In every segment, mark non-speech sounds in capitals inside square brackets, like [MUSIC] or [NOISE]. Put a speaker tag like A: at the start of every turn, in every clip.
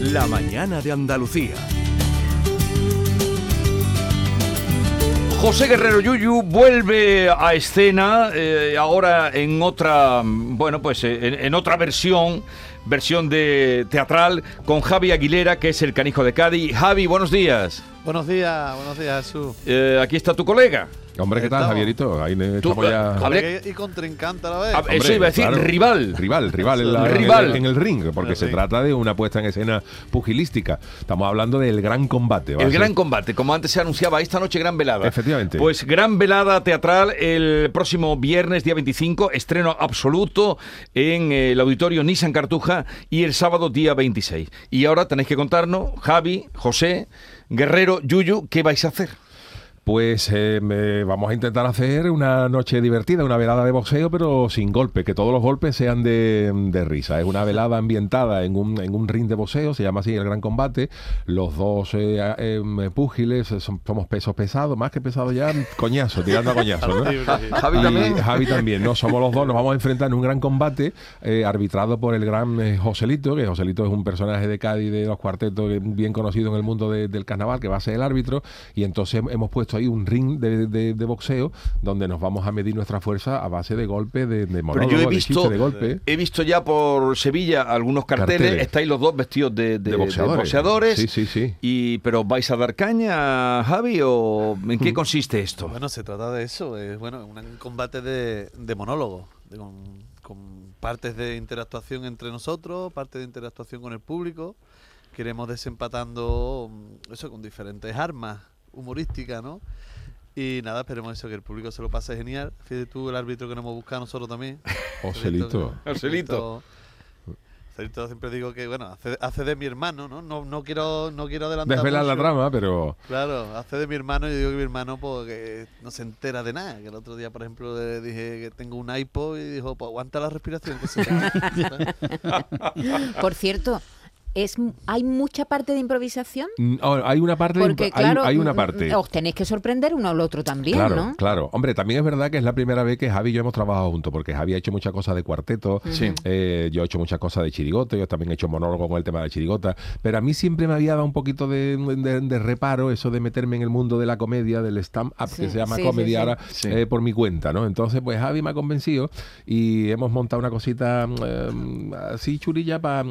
A: La mañana de Andalucía.
B: José Guerrero Yuyu vuelve a escena eh, ahora en otra, bueno, pues eh, en, en otra versión, versión de teatral con Javi Aguilera, que es el canijo de Cádiz. Javi, buenos días.
C: Buenos días, buenos días, Jesús.
B: Eh, aquí está tu colega.
D: Hombre, ¿qué tal,
C: Estamos.
D: Javierito? Ahí le
B: Tú,
D: estamos ya.
B: eh, Hablé-
C: Porque- Y con Trincanta a la vez.
B: A- Eso iba a decir,
D: claro.
B: rival.
D: Rival, rival, en, la- en el-
B: Rival. Ah,
D: en el, ring, porque
C: En el
D: se
C: ring.
D: trata de una puesta en escena pugilística. Estamos hablando del gran combate. va a
B: El
D: ser-
B: gran combate, como antes se anunciaba, esta noche gran velada.
D: Efectivamente.
B: Pues gran velada teatral el próximo viernes, día 25, estreno absoluto en eh, el auditorio Nissan Cartuja y el sábado día 26. Y ahora tenéis que contarnos, Javi, José, Guerrero, Yuyu, ¿qué vais a hacer?
D: Pues eh, me- vamos a intentar hacer una noche divertida, una velada de boxeo, pero sin golpe, que todos los golpes sean de, de risa. Es una velada ambientada en un, en un ring de boxeo, se llama así el gran combate. Los dos eh, a- em, púgiles eh, son- somos pesos pesados, más que pesados ya, coñazo, tirando a coñazo.
B: [LAUGHS]
D: ¿no?
B: Javi
D: Ah, Y
B: también.
D: Javi también. No somos los dos. Nos vamos a enfrentar en un gran combate eh, arbitrado por el gran eh, Joselito, que Joselito es un personaje de Cádiz de los cuartetos que- bien conocido en el mundo de- del carnaval, que va a ser el árbitro. Y entonces hem- hemos puesto ahí un ring de, de- de boxeo donde nos vamos a medir nuestra fuerza a base de golpe, de, de
B: Pero
D: monólogo,
B: yo he
D: de
B: visto,
D: chiste, de golpe.
B: he visto ya por Sevilla algunos carteles,
D: Carteles.
B: estáis los dos vestidos de, de-
D: De boxeadores.
B: de boxeadores.
D: Sí, sí, sí.
B: Y, ¿Pero vais a dar caña, Javi, o en qué consiste esto?
C: Bueno, se trata de eso. Es bueno, un combate de, de monólogo. de con, con partes de interactuación entre nosotros, partes de interactuación con el público. Queremos desempatando mm, eso con diferentes armas humorísticas, ¿no? Y nada, esperemos eso, que el público se lo pase genial. Fíjate tú el árbitro que nos hemos buscado nosotros también.
D: Joselito.
B: Joselito.
C: Joselito siempre digo que, bueno, hace, hace de mi hermano, ¿no? No, no quiero, no quiero adelantar.
D: Desvelar la
C: mucho.
D: trama, pero.
C: Claro, hace de mi hermano y yo digo que mi hermano porque no se entera de nada. Que el otro día, por ejemplo, le dije que tengo un iPod y dijo, pues aguanta la respiración. Que se
D: [LAUGHS]
C: te-".
E: Por cierto, es, mu- hay mucha parte de improvisación.
D: Mm, ahora, Hay una parte.
E: Porque,
D: hay-
E: claro,
D: hay una
E: mm,
D: parte.
E: os tenéis que sorprender uno al otro también,
D: claro,
E: ¿no?
D: Claro, hombre, también es verdad que es la primera vez que Javi y yo hemos trabajado juntos, porque Javi ha hecho muchas cosas de cuarteto,
B: Sí.
D: eh, yo he hecho muchas cosas de chirigota, yo también he hecho monólogo con el tema de la chirigota, pero a mí siempre me había dado un poquito de, de- de reparo eso de meterme en el mundo de la comedia, del stand-up,
E: Sí,
D: que se llama
E: sí, sí,
D: comedy
E: sí.
D: ahora,
B: Sí.
D: eh, por mi cuenta, ¿no? Entonces, pues Javi me ha convencido y hemos montado una cosita eh, así churilla para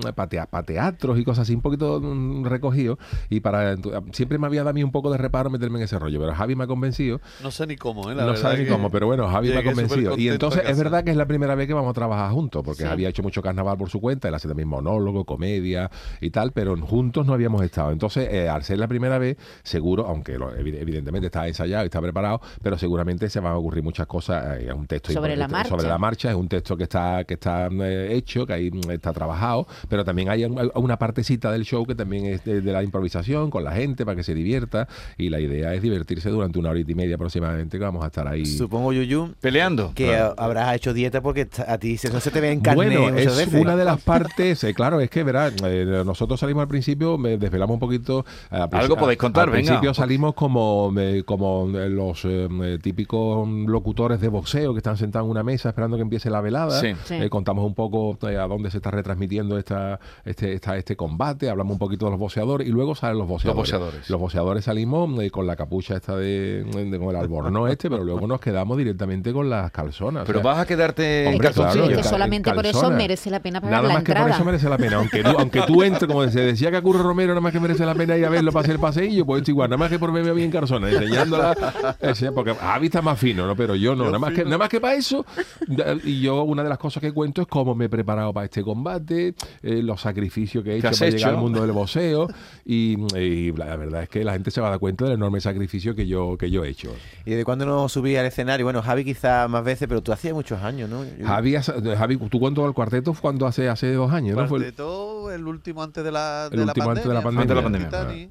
D: teatros y cosas así, un poquito mm, recogido, y para... Siempre me había dado a mí un poco de reparo meterme en ese rollo, pero Javi me ha convencido
C: No sé ni cómo, ¿eh? La
D: no
C: verdad
D: sabe ni
C: que
D: cómo, pero bueno, Javi me ha
C: llegué súper
D: convencido. Y
C: contento
D: entonces
C: a
D: es
C: casa.
D: verdad que es la primera vez que vamos a trabajar juntos, porque
E: Sí.
D: había hecho mucho carnaval por su cuenta, él hace también monólogo, comedia y tal, pero juntos no habíamos estado. Entonces, eh, al ser la primera vez, seguro, aunque lo- evi- evidentemente está ensayado y está preparado, pero seguramente se van a ocurrir muchas cosas. eh, Es un texto
E: Sobre
D: improvi-
E: la marcha.
D: sobre la marcha, es un texto que está, que está eh, hecho, que ahí mm, está trabajado, pero también hay un- una partecita del show que también es de, de la improvisación con la gente para que se divierta. Y la idea es divertirse durante una hora y media aproximadamente, que vamos a estar ahí.
F: Supongo, Yuyu,
B: Peleando.
F: que
D: Claro.
F: ha- habrás hecho dieta porque t- a ti se- no se te ve en carne
D: bueno,
F: muchas
D: es
F: veces.
D: una de las partes, eh, claro, es que verás, eh, nosotros salimos al principio, me desvelamos un poquito. eh, al princi-
B: Algo podéis contar,
D: al
B: venga.
D: principio salimos como, eh, como eh, los eh, eh, típicos locutores de boxeo que están sentados en una mesa esperando que empiece la velada.
B: Sí.
E: Sí.
D: Eh, contamos un poco eh, a dónde se está retransmitiendo esta, este, esta- este combate, hablamos un poquito de los boxeadores y luego salen los boxeadores.
B: boxeadores.
D: Los boxeadores salimos eh, con la capucha esta de, de- con el albornoz este, pero luego nos quedamos directamente con las calzonas. o
B: Pero
D: sea,
B: vas a quedarte en
D: Hombre,
B: calzoncillos.
D: claro,
E: Es que
D: en ca-
E: solamente
D: en
E: por eso
D: calzonas.
E: merece la pena pagar
D: Nada
E: la
D: más que por
E: entrada.
D: eso merece la pena. Aunque tú, aunque tú entres, como se decía que a Curro Romero, nada más que merece la pena ir a verlo para hacer el paseillo, pues esto igual, nada más que por verme bien carzona, enseñándola. ese, porque Javi está más fino, ¿no? Pero yo no, nada más, que, nada más que para eso. da- Y yo, una de las cosas que cuento es cómo me he preparado para este combate, eh, los sacrificios que he hecho
B: has
D: para llegar
B: hecho?
D: al mundo del boxeo. Y, y la verdad es que la gente se va a dar cuenta del enorme sacrificio que yo, que yo he hecho.
F: ¿Y desde cuándo no subí al escenario? Bueno, Javi quizá más veces, pero tú hacías muchos años, ¿no? Yuyu?
D: Javi, hace- Javi ¿tú cuánto al cuarteto? fue cuando hace, hace dos años? ¿no? Fue el-
C: Cuarteto, el último antes de la,
D: El
C: de la
D: último antes de la
C: pandemia.
B: pandemia.
C: el
D: Antes de la
C: Titanic.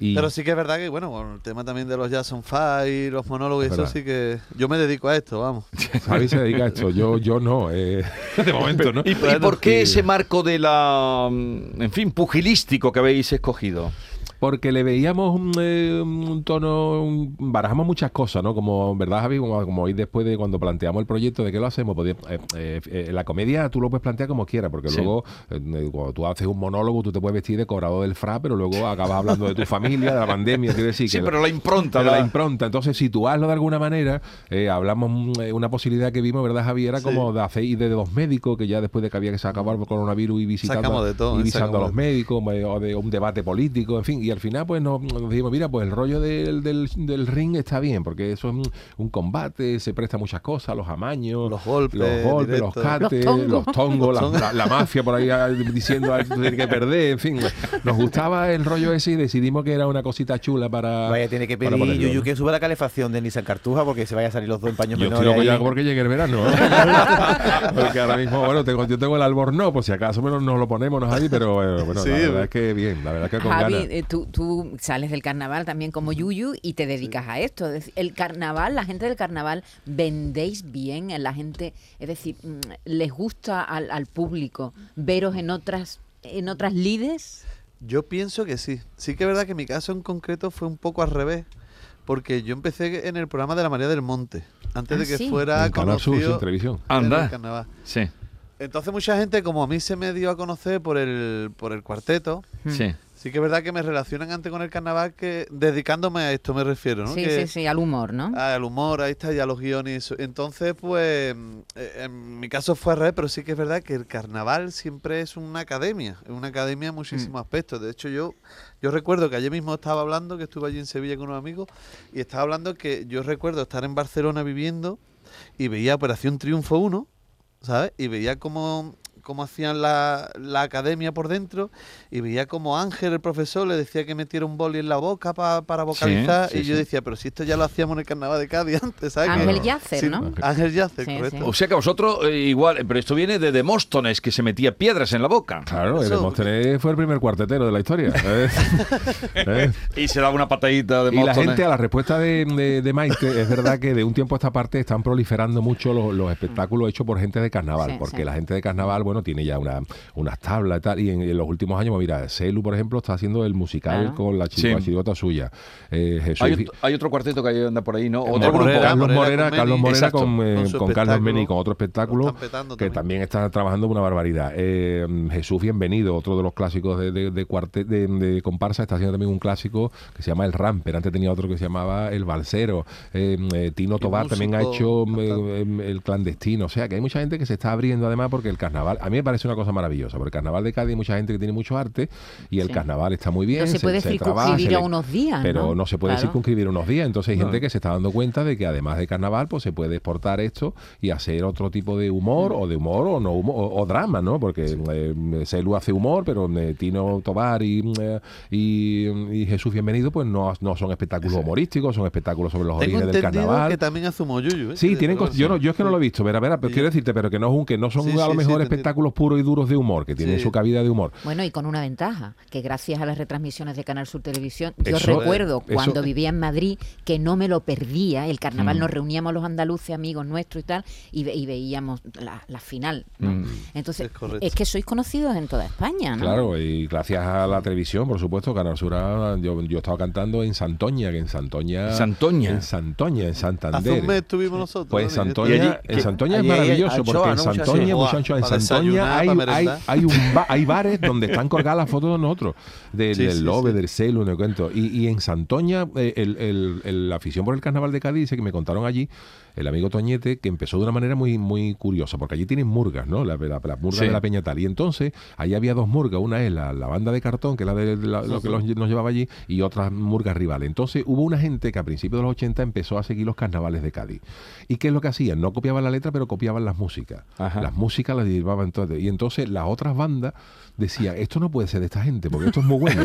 D: y-
C: Pero sí que es verdad que, bueno, con el tema también de los Jason Five, los monólogos y
D: Es
C: eso,
D: verdad.
C: sí que yo me dedico a esto,
D: [LAUGHS]
C: vamos.
D: [LAUGHS] Javi se dedica a esto, yo, yo no. eh, [LAUGHS] de momento, ¿no?
B: ¿Y, y por qué ese marco de la. mm, En fin, pugilístico que habéis escogido?
D: porque le veíamos un, eh, un tono, un- barajamos muchas cosas, ¿no? Como, ¿verdad, Javi? Como, como hoy después de cuando planteamos el proyecto, ¿de qué lo hacemos? Podía- eh, eh, eh, la comedia tú lo puedes plantear como quieras, porque
B: Sí.
D: luego eh, eh, cuando tú haces un monólogo, tú te puedes vestir de cobrado del fra, pero luego acabas hablando de tu familia, de la pandemia, quiero decir
B: Sí,
D: que...
B: pero la impronta
D: Pero
B: de
D: la
B: la-
D: impronta. Entonces, situarlo de alguna manera, eh, hablamos mm, eh, una posibilidad que vimos, ¿verdad, Javier? Era como de hacer ir de dos médicos, que ya después de que había que se acabar el coronavirus y visitando,
C: Sacamos de todo,
D: y
C: ¿eh?
D: visitando a
C: Sacamos
D: los
C: de-
D: médicos, eh, o de un debate político, en fin. Y al final, pues nos, nos dijimos, mira, pues el rollo del, del- del ring está bien, porque eso es un, un combate, se presta muchas cosas, los amaños,
C: Los golpes
D: los, golpes, los
C: directos.
D: cates,
E: Los tongos.
D: los tongos,
C: Los
D: la-
C: tongos.
D: la, la mafia por ahí ah, diciendo ah, tú tienes que perder, en fin. Nos gustaba el rollo ese y decidimos que era una cosita chula para.
F: Vaya, tiene que
D: ah, para
F: pedir
D: ponerlo,
F: Yuyu
D: ¿no?
F: que suba la calefacción de Nissan Cartuja porque se vaya a salir los dos en paños
D: Yo estoy
F: menores.
D: loco ya
F: ahí.
D: porque llegue el verano. ¿eh?
F: [LAUGHS]
D: porque ahora mismo, bueno, tengo, yo tengo el albornoz, por si acaso pero nos lo ponemos, ¿no, Javi? Pero eh, bueno,
C: Sí,
D: la verdad
C: bueno.
D: es que bien, la verdad es que con
E: Javi,
D: ganas.
E: eh, tú, tú sales del carnaval también como Yuyu y te dedicas a esto. Es decir, El carnaval, la gente del carnaval, vendéis bien, eh, la gente, es decir, mm, les gusta al, al público veros en otras en otras lides.
C: Yo pienso que sí. Sí que es verdad que mi caso en concreto fue un poco al revés. Porque yo empecé en el programa de la María del Monte. Antes
E: Ah,
C: de que
E: sí.
C: fuera
D: En Canal Sur,
C: conocido
D: sin televisión.
C: en el
B: Anda.
C: carnaval.
B: Sí,
C: Entonces mucha gente como a mí se me dio a conocer por el, por el cuarteto.
B: sí.
C: Sí que es verdad que me relacionan antes con el carnaval que dedicándome a esto me refiero, ¿no?
E: Sí,
C: Que-
E: sí, sí, al humor, ¿no?
C: al Ah, humor, ahí está, ya los guiones. y eso. Entonces, pues, mm, eh, en mi caso fue al revés, pero sí que es verdad que el carnaval siempre es una academia, es una academia en muchísimos aspectos. De hecho, yo, yo recuerdo que ayer mismo estaba hablando, que estuve allí en Sevilla con unos amigos, y estaba hablando que yo recuerdo estar en Barcelona viviendo y veía Operación Triunfo 1, ¿sabes? Y veía cómo, cómo hacían la, la academia por dentro y veía cómo Ángel, el profesor, le decía que metiera un boli en la boca pa- para vocalizar.
B: sí,
C: y yo
B: sí.
C: decía, pero si esto ya lo hacíamos en el carnaval de Cádiz antes, ¿sabes?
E: Ángel
C: Que-
E: Yacer,
C: sí,
E: ¿no?
C: Ángel Yacer,
E: Sí,
C: correcto.
B: O sea que a vosotros eh, igual, eh, pero esto viene de Demóstones, que se metía piedras en la boca.
D: Claro, el
C: Eso-
D: Demóstenes fue el primer cuartetero de la historia.
F: [LAUGHS]
D: ¿eh? ¿Eh?
B: Y se daba una patadita de
D: Y la
B: Demóstones.
D: gente a la respuesta de, de, de Maite, es verdad que de un tiempo a esta parte están proliferando mucho los, los espectáculos hechos por gente de carnaval,
E: Sí,
D: porque
E: sí.
D: la gente de carnaval, bueno, tiene ya una, unas tablas y tal, y en, en los últimos años, pues mira, Celu, por ejemplo, está haciendo el musical
E: Claro.
D: con la
B: Sí.
D: chica suya. Eh, Jesús,
B: Hay, ot- hay otro cuarteto que ahí anda por ahí, ¿no? Otro
C: Morera,
B: grupo.
D: Carlos
C: Morera
D: Morera,
C: con
D: Carlos
C: Meni.
D: Morera
B: Exacto.
D: con, eh,
C: Con su
D: con Carlos
C: espectáculo.
D: Meni, con otro
C: Lo
D: espectáculo
C: están petando
D: que
C: también.
D: también está trabajando una barbaridad. Eh, Jesús Bienvenido, otro de los clásicos de, de, de cuarte- de- de comparsa, está haciendo también un clásico que se llama El Ramper. Antes tenía otro que se llamaba El Balsero. Eh, eh, Tino Tobar también ha hecho
C: músico,
D: eh, eh, El Clandestino. O sea, que hay mucha gente que se está abriendo además porque el carnaval, a mí me parece una cosa maravillosa, porque el carnaval de Cádiz hay mucha gente que tiene mucho arte y el
E: Sí.
D: carnaval está muy bien.
E: Pero se puede circunscribir
D: le-
E: a unos días,
D: Pero
E: ¿no?
D: no se puede
E: Claro.
D: circunscribir unos días. Entonces hay gente que se está dando cuenta de que además de carnaval, pues se puede exportar esto y hacer otro tipo de humor,
C: Mm.
D: o de humor, o no humo- o, o drama, ¿no? Porque eh, Celu hace humor, pero eh, Tino Tobar y, eh, y, y Jesús Bienvenido, pues no, no son espectáculos humorísticos, son espectáculos sobre los
C: Tengo
D: orígenes del
C: entendido
D: carnaval.
C: que también hace humo yuyu. ¿eh?
D: Sí,
C: Que
D: tienen
C: creo
D: cos-
C: que
D: yo
C: sí.
D: no, yo es que no lo he visto, Vera, Vera, pero
C: Sí.
D: quiero decirte, pero que no, es un- que no son
C: Sí,
D: a lo
C: sí, sí,
D: mejor
C: te entiendo.
D: espectáculos puros y duros de humor, que tienen
C: Sí.
D: su cabida de humor.
E: Bueno, y con una ventaja, que gracias a las retransmisiones de Canal Sur Televisión, yo
D: Eso,
E: recuerdo
D: eh, Mm. eso-
E: cuando vivía en Madrid que no me lo perdía, el carnaval nos reuníamos los andaluces, amigos nuestros y tal, y, ve- y veíamos la, la final. ¿no?
D: Mm.
E: Entonces,
C: Es correcto.
E: es que sois conocidos en toda España, ¿no?
D: Claro, y gracias a la televisión, por supuesto, Canal Sur, ah, yo, yo estaba cantando en Santoña, que en Santoña...
B: Santoña.
D: En Santoña, en
C: Hace
D: Santander.
C: un mes estuvimos nosotros.
D: Pues
C: también,
D: en Santoña,
B: ¿Y allí
D: en
B: qué?
D: Santoña es
F: Allí hay
D: maravilloso,
F: anchoa,
D: porque en
F: ¿no, muchachos?
D: Santoña,
C: Buah,
D: muchachos, en
C: para
D: Santoña
C: desayunar,
D: hay,
C: para
D: hay,
C: merendar.
D: hay un ba- hay bares donde están colgadas las fotos de nosotros, del,
C: Sí,
D: del
C: sí,
D: Lobe,
C: sí.
D: del Celu, no cuento. Y, y en Santoña, eh, el- el- el- la afición por el carnaval de Cádiz dice que me contaron allí el amigo Toñete, que empezó de una manera muy, muy curiosa, porque allí tienen murgas, ¿no? La- la- las murgas
B: Sí.
D: de la Peña tal. Y entonces, ahí había dos murgas, una es la, la banda de cartón, que es la de la- lo que los- nos llevaba allí, y otras murgas rivales. Entonces, hubo una gente que a principios de los 80 empezó a seguir los carnavales de Cádiz. ¿Y qué es lo que hacían? No copiaban la letra, pero copiaban las músicas.
B: Ajá.
D: Las músicas las llevaban entonces. Y entonces las otras bandas decían, esto no puede ser de esta gente, porque esto es
B: [LAUGHS]
D: muy bueno.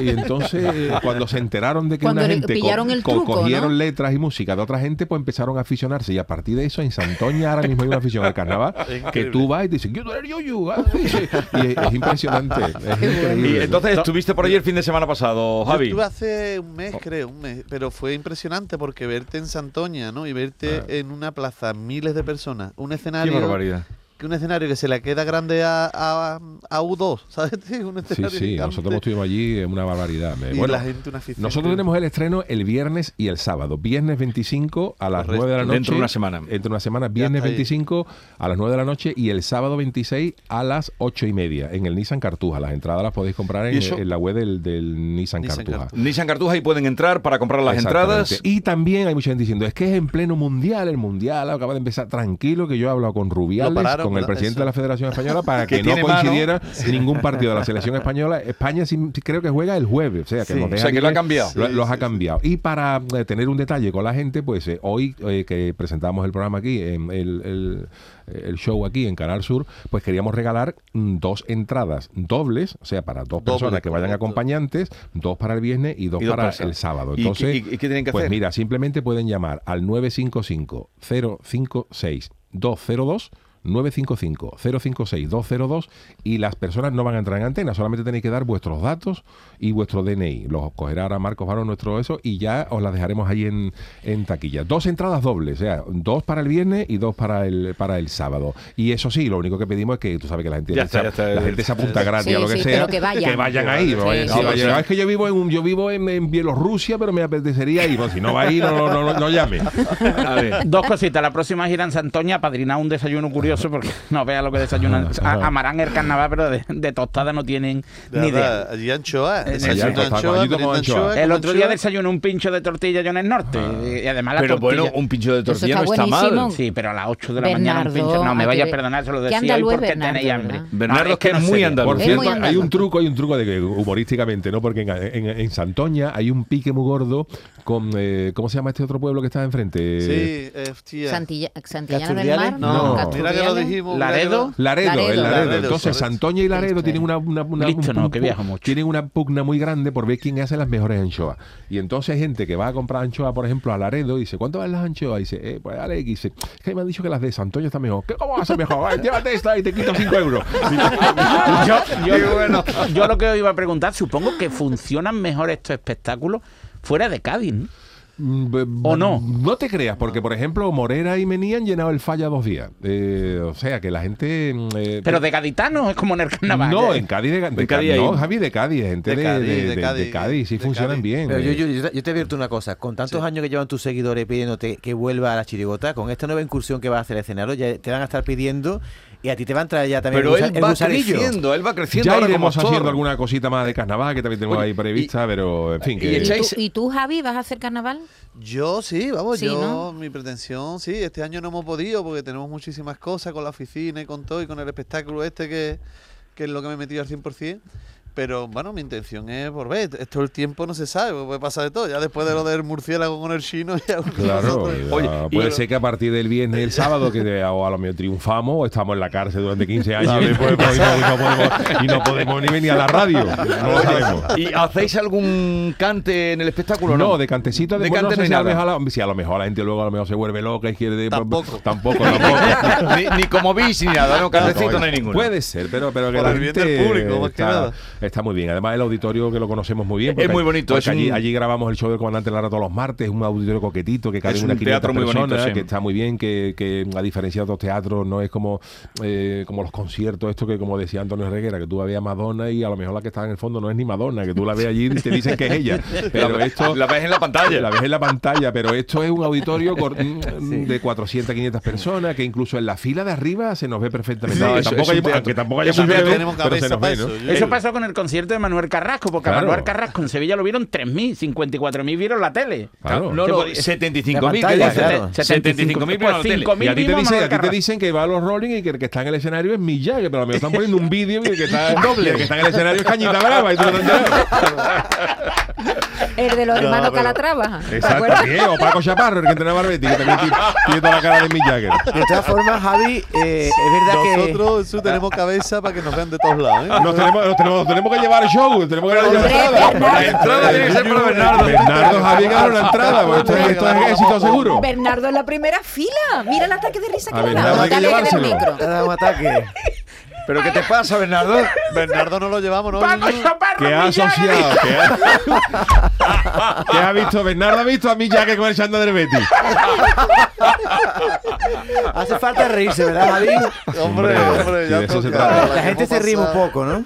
D: y entonces, eh, cuando se enteraron de que
E: Cuando
D: una
E: le
D: gente co-
E: pillaron el
D: co-
E: truco,
D: cogieron
E: ¿no?
D: letras y música de otra gente, pues empezaron a aficionarse. Y a partir de eso, en Santoña ahora mismo hay una afición
B: [LAUGHS]
D: al carnaval que tú vas y te dicen, yo tú eres Yuyu. ah, sí, sí". Y es, es impresionante. Es increíble.
B: Y entonces estuviste por ahí el fin de semana pasado,
C: Yo
B: Javi.
C: estuve hace un
D: Oh.
C: mes, creo, un mes, pero fue impresionante porque
D: Ah.
C: verte en Santoña, ¿no? Y verte en una plaza, miles de personas, un
B: Qué
C: escenario
B: barbaridad.
C: que un escenario que se le queda grande a, a, a U2, [LAUGHS] ¿sabes?
B: [LAUGHS]
C: tío? Un
D: Sí,
C: escenario
D: sí,
C: gigante.
D: nosotros estuvimos allí, es una barbaridad. Me-
C: Y
D: bueno,
C: la gente una afición.
D: nosotros tenemos el estreno el viernes y el sábado. Viernes 25 a las
C: Correcto.
D: 9 de la noche.
B: Dentro de una semana.
D: Dentro de una semana, viernes
C: está ahí.
D: 25 a las 9 de la noche y el sábado 26 a las 8 y media en el Nissan Cartuja. Las entradas las podéis comprar
B: ¿Y
D: en,
B: eso?
D: en la web del, del Nissan,
C: Nissan
D: Cartuja.
C: Cartuja.
B: Nissan Cartuja y pueden entrar para comprar las
D: Exactamente.
B: entradas.
D: Y también hay mucha gente diciendo, es que es en pleno mundial, el mundial acaba de empezar tranquilo, que yo he hablado con Rubiales,
C: Lo pararon,
D: con el
C: ¿no?
D: presidente
C: Eso.
D: de la Federación Española,
B: [LAUGHS]
D: para que,
B: Que
D: no
B: tiene mano.
D: coincidiera ningún partido de
B: [LAUGHS]
D: la selección española. España sí, sí creo que juega el jueves, o sea, que
C: Sí.
D: nos
B: O
D: deja
B: sea, que lo ha
D: libre.
B: cambiado.
D: Lo-
C: Sí,
D: los
C: sí,
D: ha
C: sí.
D: cambiado. Y para eh, tener un detalle con la gente, pues eh, hoy eh, que presentamos el programa aquí, em, el, el- el show aquí en Canal Sur, pues queríamos regalar mm, dos entradas dobles, o sea, para dos
C: Doble,
D: personas que vayan
C: correcto.
D: acompañantes, dos para el viernes y dos,
B: Y dos
D: para,
B: para el
D: el sábado.
B: ¿Y
D: Entonces,
B: qué- y- y qué tienen que
D: pues
B: hacer?
D: mira, simplemente pueden llamar al 955 056 202 955 056 202 y las personas no van a entrar en antena, solamente tenéis que dar vuestros datos y vuestro DNI. Los cogerá ahora Marcos Barón nuestro eso y ya os las dejaremos ahí en, en taquilla. Dos entradas dobles, o sea, dos para el viernes y dos para el para el sábado. Y eso sí, lo único que pedimos es que tú sabes que la gente,
B: Ya está,
D: se-
B: ya está.
D: la gente se apunta gratis
E: Sí,
D: a lo que
E: sí,
D: sea,
E: pero que vayan.
D: ahí.
E: Sí,
D: no vayan-
E: sí,
D: si
E: sí.
D: vayan ahí, es que yo vivo en yo vivo en, en Bielorrusia, pero me apetecería ir. Bueno, si no va a ir, no, no, no, no llame.
B: A ver.
A: Dos cositas. La próxima gira en Santoña, padrina un desayuno curioso, porque no vea lo que desayunan. A- Amarán el carnaval, pero de, de tostada no tienen
C: De
A: ni idea.
C: verdad, Allí anchoa.
A: Eh,
C: desayuno
D: allá,
C: anchoa,
D: estamos, allí
C: merienda
D: tomamos
C: anchoa,
D: anchoa.
A: El
C: con
A: otro día
C: anchoa.
A: desayuné un pincho de tortilla yo en el norte. Y, y además la
B: Ah. Pero bueno,
A: tortilla-
B: un pincho de tortilla no
E: está
B: está mal.
E: buenísimo.
A: Sí, pero a las 8 de la mañana un
E: Bernardo,
A: pincho. No, me
E: hay
A: vayas
E: que
A: a
E: ver-
A: perdonar, se lo
E: que
A: decía hoy
E: andaluz es
A: porque
E: Bernardo,
A: tenéis hambre.
E: ¿verdad?
B: Bernardo es que es muy
A: sé.
B: andaluz.
D: Por
E: Es
D: cierto,
E: muy
D: hay
E: andaluz.
D: un truco, hay un truco de que humorísticamente, ¿no? Porque en, en- en Santoña hay un pique muy gordo con eh, ¿cómo se llama este otro pueblo que está enfrente?
C: Sí, eh, hostia.
E: Santilla- Santillana del
F: ¿Castrullales?
E: Mar,
D: No.
E: no,
C: Mira que lo
E: Castrullales.
C: dijimos.
A: ¿Laredo?
D: Laredo,
E: Laredo.
D: el Laredo.
C: Laredo,
D: Entonces,
C: correcto.
D: Santoña y Laredo
E: Listo,
D: tienen una, una, una-
A: Listo,
D: un-
A: no,
D: un-
A: que viajo mucho.
D: tienen una pugna muy grande por ver quién hace las mejores anchoas. Y entonces hay gente que va a comprar anchoas, por ejemplo, a Laredo y dice, ¿cuánto valen las anchoas? Y dice, eh, pues dale X. Dice, es que me han dicho que las de Santoña están mejor. ¿Qué, ¿Cómo vas a ser mejor? Ay, llévate esta y te quito 5 euros.
A: [LAUGHS] yo, yo- yo lo que os iba a preguntar, supongo que funcionan mejor estos espectáculos fuera de Cádiz. ¿no?
D: Mm, b-
A: [LAUGHS] ¿O no?
D: No te creas, porque por ejemplo Morera y Mení han llenado el falla dos días. Eh, o sea que la gente... mm, eh,
A: Pero de gaditanos es como en el carnaval.
D: No,
A: Eh,
D: en Cádiz de, de
B: En Cádiz
D: Cádiz. No,
B: hay-
D: Javi, de Cádiz, gente
C: De
D: de,
C: Cádiz,
D: de-
C: de
D: de- de
C: Cádiz,
D: Cádiz, sí
C: de
D: funcionan
C: Cádiz.
D: bien.
F: Pero yo,
D: eh.
F: yo, yo te- yo te advierto una cosa, con tantos años que llevan tus seguidores pidiéndote que vuelva a la chirigota, con esta nueva incursión que vas a hacer escenario, ya te van a estar pidiendo y a ti te va a entrar ya también
B: Pero
F: el, gusa-
B: él
F: el
B: va
F: gusanillo.
B: creciendo, él va creciendo
D: ya
B: ahora como
D: iremos
B: actor.
D: haciendo alguna cosita más de carnaval que también tenemos
B: Oye,
D: ahí prevista, pero en fin.
B: y
D: Que,
E: ¿Y tú-
B: echáis-
E: ¿Y tú, Javi, vas a hacer carnaval?
C: Yo sí, vamos,
E: Sí,
C: yo,
E: ¿no?
C: mi pretensión, sí, este año no hemos podido porque tenemos muchísimas cosas con la oficina y con todo y con el espectáculo este que, que es lo que me he metido al 100%. Pero bueno, mi intención es volver. Esto el tiempo no se sabe, porque puede pasar de todo. Ya después de lo del murciélago con el chino, [LAUGHS] ya uno
D: Claro,
C: nosotros-
B: [LAUGHS]
D: ya,
B: Oye, y-
D: puede ser que a partir del viernes y el sábado que de- o a lo mejor triunfamos o estamos en la cárcel durante 15
B: [LAUGHS]
D: años y, podemos- pues, y no, y no podemos, y no podemos ni venir a la radio, no lo sabemos.
B: [LAUGHS] ¿Y hacéis algún cante en el espectáculo? o
D: No,
B: No, [LAUGHS]
D: de cantecito de,
B: De
D: bueno, no
B: cante
D: sé
B: de
D: si, a lo
B: nada.
D: mejor la- si a lo mejor la gente luego a lo mejor se vuelve loca y quiere
C: Tampoco.
D: tampoco, tampoco.
B: ni, ni como bis ni nada, no, cantecito no hay ninguno.
D: Puede ser, pero, pero que
C: Por
D: la
C: el bien
D: gente
C: del público, más que
D: está,
C: nada.
D: está muy bien. Además, el auditorio que lo conocemos muy bien.
B: Es
D: porque
B: muy
D: allí-
B: bonito,
D: porque
B: es un-
D: allí, allí grabamos el show del Comandante Lara todos los martes, un auditorio coquetito que cabe
B: Es
D: una
B: un teatro
D: 500
B: muy bonito,
D: personas,
B: sí.
D: que está muy bien, que, que a diferencia de otros teatros no es como, eh, como los conciertos, esto que como decía Antonio Reguera, que tú veías a Madonna y a lo mejor la que está en el fondo no es ni Madonna, que tú la ves allí y te dicen que
B: [LAUGHS]
D: es ella. Pero
B: la,
D: esto...
B: la ves en la pantalla.
D: La ves en la pantalla, pero esto es un
B: [LAUGHS]
D: auditorio cor- de 400, 500 personas que incluso en la fila de arriba se nos ve perfectamente.
B: Sí,
D: Que
B: eso-
D: Pues tampoco
B: es un
D: hay-
B: teatro.
D: aunque tampoco haya
B: Eso
D: mucho,
B: es un teatro,
C: tenemos
D: pero se
C: cabeza
D: nos
C: para
D: ve, ¿no?
C: eso. Yo-
A: Eso pasó con el concierto de Manuel Carrasco, porque a
D: Claro.
A: Manuel Carrasco en Sevilla lo vieron 3.000, 54.000 vieron la tele.
D: Claro.
B: No,
A: Se
B: no,
A: podía-
B: 75.000.
F: La
B: ¿qué
F: pantalla,
B: dices?
F: claro.
B: 75.000 por la tele.
A: Pues 5.000
D: Y a ti te,
A: vimos
D: dicen, a
A: Manuel
D: ti te
A: Carrasco.
D: dicen que va a los Rolling y que el que está en el escenario es Miyagi, pero a lo mejor están poniendo [LAUGHS] un vídeo y el que está doble, el que está en el escenario es Cañita Brava y tú no te enteras.
E: El de los hermanos Calatrava. ¿te
D: Exacto,
E: acuerdas?
D: ¿qué? o Paco Chaparro, el que entrenaba a Barbetti, que también tiene tiene toda la cara de Miyagi.
F: De todas formas, Javi, eh, es
D: [LAUGHS]
F: verdad
C: Nosotros eso, tenemos cabeza para que nos vean de todos
B: [LAUGHS]
C: lados. ¿eh?
D: Nos tenemos, nos tenemos, tenemos que llevar al show, tenemos que
E: Hombre,
D: llevar la
B: La entrada
D: entrada.
E: Bernardo.
B: tiene que ser para Bernardo.
D: Bernardo Javier ganó la entrada, porque esto, es- esto es éxito seguro.
E: Bernardo en la primera fila. Mira el ataque de risa que
D: A
E: le da.
D: Bernardo hay que
E: Dale, dale el
D: llevárselo.
F: que te
E: micro.
F: ha dado un ataque.
B: ¿Pero qué te pasa, Bernardo?
C: Bernardo no lo llevamos, ¿no?
A: Paco Chaparro,
D: Que ha
A: Villagra.
D: asociado. Que ha, que ha [LAUGHS] visto Bernardo, ha visto a mí ya que con el Xander del Betis.
F: [LAUGHS] Hace falta reírse, ¿verdad, Javi?
E: [LAUGHS]
C: Hombre,
D: Hombre,
C: hombre,
D: sí,
C: ya
D: de eso se
C: toca.
D: trata.
F: La gente se ríe un
C: poco.
F: poco, ¿no?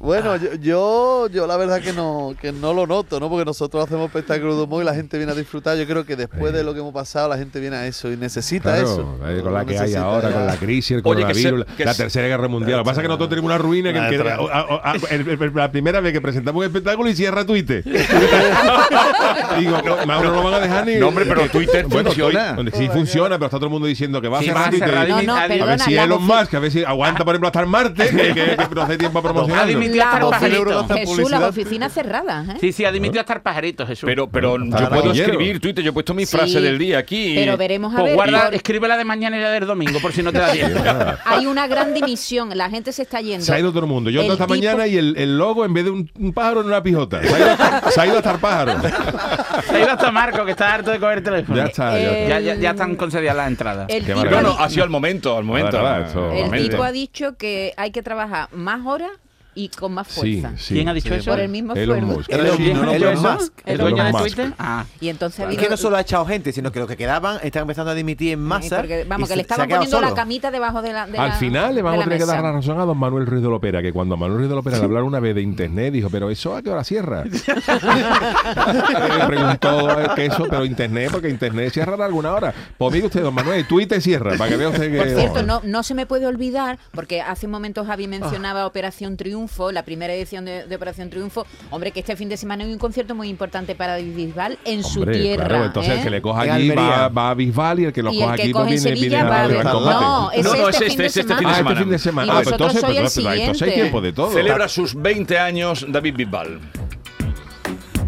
C: Bueno,
D: Ah.
C: yo, yo, yo la verdad que no, que no lo noto, ¿no? Porque nosotros hacemos espectáculo de humor y la gente viene a disfrutar. Yo creo que después de lo que hemos pasado, la gente viene a eso y necesita eso.
D: Claro, eh, con la
C: Lo
D: que hay
C: necesita
D: ahora,
C: ya.
D: con la crisis, el
B: Oye, que se-
D: coronavirus,
B: que
D: la
B: se-
D: tercera guerra mundial. Lo que pasa es que nosotros tenemos una ruina que,
C: Ah,
D: empieza-
C: tra-
D: a- a- a- el- el- el- la primera vez que presentamos un espectáculo y
B: [LAUGHS]
D: cierra Twitter. Digo, no, más no lo van a dejar ni.
B: No, hombre, pero Twitter funciona.
D: Twi- sí funciona, pero está todo el mundo diciendo que va a
A: Sí, va
D: cerrar
A: a
D: Twitter.
A: cerrar.
E: No, no,
A: A
D: a ver
E: perdona,
D: si
E: la
D: Elon
E: boci-
D: Musk, a ver si aguanta, por ejemplo, hasta el martes, que, que- que no hace tiempo a
A: Ha
D: promocionarlo.
A: dimitido hasta el
E: Dos
C: mil euros
A: pajarito.
C: gastan
E: Jesús,
C: publicidad.
E: las oficinas cerradas, ¿eh?
A: Sí, sí, ha dimitido hasta el pajarito, Jesús.
B: Pero, pero yo
D: Para
B: puedo
D: Guillero.
B: escribir Twitter, yo he puesto mi
E: Sí,
B: frase del día aquí.
E: Pero veremos a
A: Pues
E: ver.
A: guarda,
E: por-
A: escríbela de mañana y la del domingo, por si no te da tiempo.
E: Hay una gran dimisión, la gente se está yendo.
D: Se ha ido todo el mundo. Yo ando
E: El
D: esta
E: tipo-
D: mañana y el, el logo, en vez de un, un pájaro, en una pijota. Se ha ido hasta- se ha ido hasta el
A: [LAUGHS]
D: pájaro.
A: Se ha ido hasta Marco, que está harto de coger el teléfono.
D: Ya está, ya está.
E: Eh,
A: Ya, ya- ya están concedidas las entradas.
E: El
D: Qué
E: tipo,
B: No, no,
D: maravilla.
E: ha,
B: ha sido al momento, al momento.
D: Ahora, esto-
E: di- el
D: Obviamente.
E: tipo ha dicho que hay que trabajar más horas y con más
D: Sí,
E: fuerza.
D: sí.
A: ¿Quién ha dicho
C: Sí,
A: eso?
E: Por el mismo
D: Elon
E: esfuerzo.
D: Musk.
A: ¿Elon-
C: Sí,
A: ¿quién ha
F: Elon
A: dicho eso?
F: Musk.
A: ¿El
D: Elon
A: dueño de
D: Musk.
A: Twitter? Ah.
E: Y entonces ha
F: Es
E: habido-
F: que no solo ha echado gente, sino que los que quedaban están empezando a dimitir en
E: Sí,
F: masa.
E: porque,
F: y
E: vamos, que
F: se-
E: le
F: se ha
E: estaban
F: quedado
E: poniendo la
F: solo.
E: camita debajo de la. de
D: Al
E: la-
D: final le
E: de
D: vamos
E: la
D: a tener que
E: mesa.
D: dar la razón a don Manuel Ruiz de Lopera, que cuando Manuel Ruiz de Lopera le hablaron una vez de internet, dijo, pero eso a qué hora
A: [LAUGHS]
D: cierra. [LAUGHS] le preguntó eh, que eso, pero internet, porque internet cierra a alguna hora. Pues mire usted, don Manuel, Twitter cierra, para que vea usted que.
E: Por cierto, no, no se me puede olvidar, porque hace un momento Javi mencionaba
D: Ah.
E: Operación Triunfo, la primera edición de, de Operación Triunfo. Hombre, que este fin de semana hay un concierto muy importante para David Bisbal en su
D: Hombre,
E: tierra.
D: claro, entonces el
E: ¿eh?
D: que le coja
F: En
D: allí va,
F: Almería.
D: va a Bisbal y el que lo
E: y
D: coja
E: el que
D: aquí
E: coge
D: pues
E: en
D: viene,
E: Sevilla
D: viene
E: va
D: a
E: a
D: Gran
E: ver-
D: Combate.
E: No, es
B: No, no,
E: este,
B: es este,
E: fin de
B: es este
E: semana.
B: fin
D: ah,
B: semana.
D: este fin de semana.
E: Y
D: Ah, pues
E: vosotros
D: entonces,
E: sois
D: pues,
E: el
D: entonces, entonces hay
E: siguiente.
D: tiempo de todo.
B: Celebra sus 20 años David Bisbal.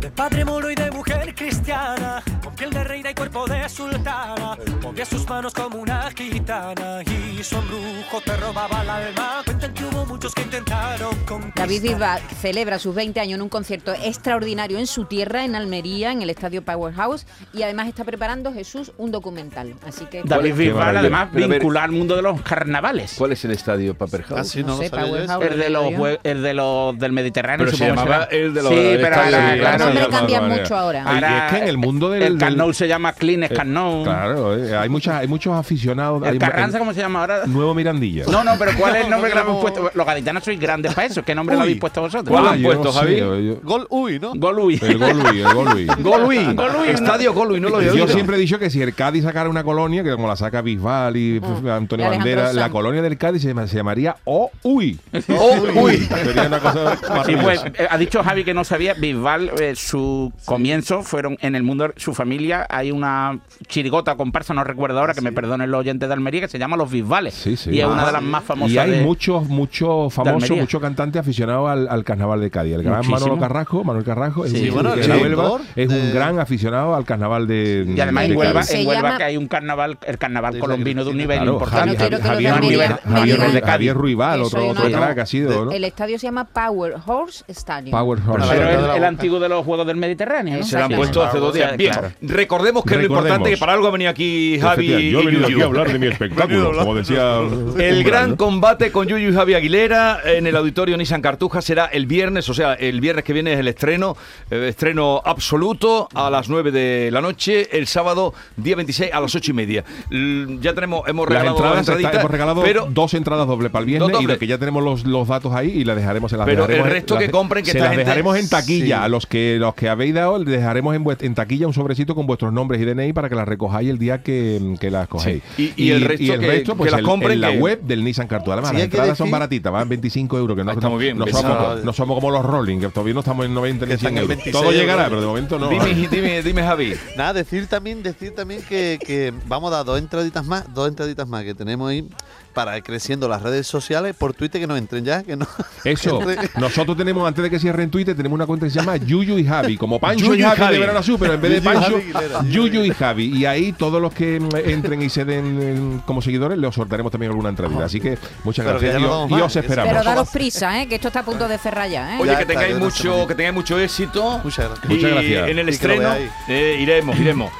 G: De padre moro y de mujer cristiana, con piel de reina y cuerpo de sultana, movía sus manos como una gitana y su embrujo te robaba el alma. Cuentan que hubo muchos que intentaron conquistar.
E: David Bisbal celebra sus 20 años en un concierto extraordinario en su tierra, en Almería, en el estadio Powerhouse, y además está preparando Jesús un documental. Así que
A: David
D: Qué
A: Bisbal,
D: maravilla.
A: además,
B: Pero a ver-
A: vinculado al mundo de los carnavales.
B: ¿Cuál es el estadio Paperhouse?
C: Ah, sí,
E: No
C: no, lo
E: sé,
C: sabía yo
E: Power
C: eso.
E: House.
A: El de los
E: Digo yo.
A: jue- el de los del Mediterráneo,
B: Pero se
A: supongo que
B: llamaba
A: será.
B: el de los-
A: Sí,
B: del
A: pero
B: estadio
A: ahora,
B: de-
E: Los
A: claro,
E: nombres
D: claro,
E: cambian
D: claro,
E: mucho
D: claro.
E: ahora.
D: Ah, Y es que en el mundo del-
A: El Camp
D: del-
A: Nou se llama
B: Eh,
A: Clean Camp Nou.
D: Claro, eh, hay, muchas, hay muchos aficionados. hay-
A: El Carranza, ¿cómo se llama ahora?
D: Nuevo Mirandilla.
A: No, no, pero ¿cuál es el
C: No,
A: nombre que
B: [LAUGHS]
A: le habéis
C: no.
A: puesto? Los gaditanos sois grandes para eso. ¿Qué nombre le
C: Uy,
A: habéis puesto vosotros?
B: ¿cuál?
D: Ah,
B: han
D: yo
B: puesto,
D: no sé,
B: Javi?
D: yo-
C: Gol Uy, ¿no?
A: Golui.
D: El Golui, el Golui.
B: Golui.
A: Golui, ¿no?
B: Estadio Golui, no lo había
D: Yo
B: oído.
D: siempre he dicho que si el Cádiz sacara una colonia, que como la saca Bisbal y f- Antonio
E: Ah. y Alejandro
D: Bandera, la
E: Sanz.
D: colonia del Cádiz se, llama- se llamaría O Uy.
B: Oh,
D: Sería una cosa
A: Sí, pues,
D: maravillosa.
A: eh, ha dicho Javi que no sabía, Bisbal, eh, su comienzo fueron en el mundo, su familia, hay una chirigota o comparsa, no recuerdo ahora, que me perdonen los oyentes de Almería, que se llama Los Bisbales.
D: Sí, sí.
A: Y es
D: Ah,
A: una de las más famosas.
D: Y hay
A: de-
D: muchos, muchos famosos,
A: Almería.
D: muchos cantantes aficionados al, al carnaval de Cádiz. El gran
A: Muchísimo.
D: Manolo Carrasco, Manuel Carrasco, es,
A: Sí,
D: un,
A: bueno,
D: de
A: el
D: la
C: director
D: Huelva, es un
C: de-
D: gran aficionado al carnaval de
A: Y además
D: de
A: en Huelva,
D: Cádiz.
E: Se
A: en Huelva
E: llama-
A: que hay un carnaval, el carnaval
C: Isla
A: colombino de un
C: Cristina.
A: nivel
D: Claro,
A: importante.
E: No quiero que lo
D: Javier, Javier,
E: de Almería- me digan-
D: Javier, Javier Ruival,
E: que
D: otro,
E: soy
D: otro
E: una-
D: crack ha sido, ¿no?
E: El estadio se llama Power Horse Stadium.
D: Power Horse.
A: Pero
C: Claro,
A: el,
C: de la
A: el
C: boca.
A: antiguo de los Juegos del Mediterráneo. ¿no?
B: Se lo han
E: Sí,
B: puesto hace dos días.
A: Sí,
B: Bien,
A: claro.
B: recordemos que es lo
D: Recordemos.
B: importante, que para algo ha venido aquí Javi
D: Efectivamente, Yo he
B: y
D: venido aquí
B: Yuyu.
D: a hablar de mi espectáculo, como decía.
B: El gran
D: ¿no?
B: combate con Yuyu y Javi Aguilera en el auditorio Nissan Cartuja será el viernes, o sea, el viernes que viene es el estreno, eh, estreno absoluto a las 9 de la noche, el sábado día 26 a las 8 y media. L- Ya tenemos, hemos
D: Las
B: regalado
D: entradas, está-
B: entraditas,
D: hemos regalado
B: pero
D: dos entradas doble para el viernes
B: Dos
D: y
B: dobles.
D: lo que ya tenemos los, los datos ahí y las dejaremos en las
B: Pero el
D: dejaremos en-
B: resto
D: las
B: que
D: de-
B: compren, que
D: se
B: esta
D: las
B: gente-
D: dejaremos en taquilla
B: Sí.
D: a los que los que habéis dado les dejaremos en, vuest- en taquilla un sobrecito con vuestros nombres y DNI para que las recojáis el día que, que las cogéis
B: Sí. Y- y el resto que-
D: pues,
B: que las
D: en-
B: compren,
D: en la
B: que-
D: web del Nissan Cartuja además
C: Sí,
D: las
C: hay que
D: entradas son
C: decir-
D: baratitas van 25 euros que no,
B: Ah, está
D: no-
B: muy bien,
D: no
B: pensaba-
D: somos, como- no somos como los Rolling que todavía no estamos en 90 ni
C: Que
D: 100
C: están en
D: euros
C: 26
D: todo llegará
C: euros.
D: pero de momento no
B: dime, dime, dime
C: [LAUGHS]
B: Javi.
C: Nada, decir también, decir también que, que vamos a dar dos entraditas más, dos entraditas más que tenemos ahí para ir creciendo las redes sociales por Twitter que nos entren ya, que no.
D: Eso, nosotros tenemos, antes de que cierren Twitter, tenemos una cuenta que se llama Yuyu y Javi, como Pancho
B: Yuyu
D: y
B: y
D: Javi,
B: Javi.
D: de Verano Azul, pero en vez de
C: Yuyu y
D: Pancho,
C: Javi Aguilera, Yuyu
D: Yuyu y Javi. Y ahí todos los que mm, entren y se den eh, como seguidores, les sortearemos también alguna entradita. Así que muchas
C: Pero que
D: gracias
C: ya
D: y,
C: nos
D: os-
C: vamos
D: y
C: mal,
D: os
C: que se-
E: Pero
D: esperamos.
E: daros prisa, ¿eh? que esto está a punto de cerrar ya. ¿eh?
B: Oye,
C: Ya
B: que
C: está, ya
B: tengáis
C: está,
B: mucho,
C: muy
B: que tengáis mucho éxito.
C: Muchas gracias.
B: Y
D: Muchas
B: En
D: gracias.
B: el
C: Y que lo
B: estreno
C: veáis.
B: eh, iremos, iremos.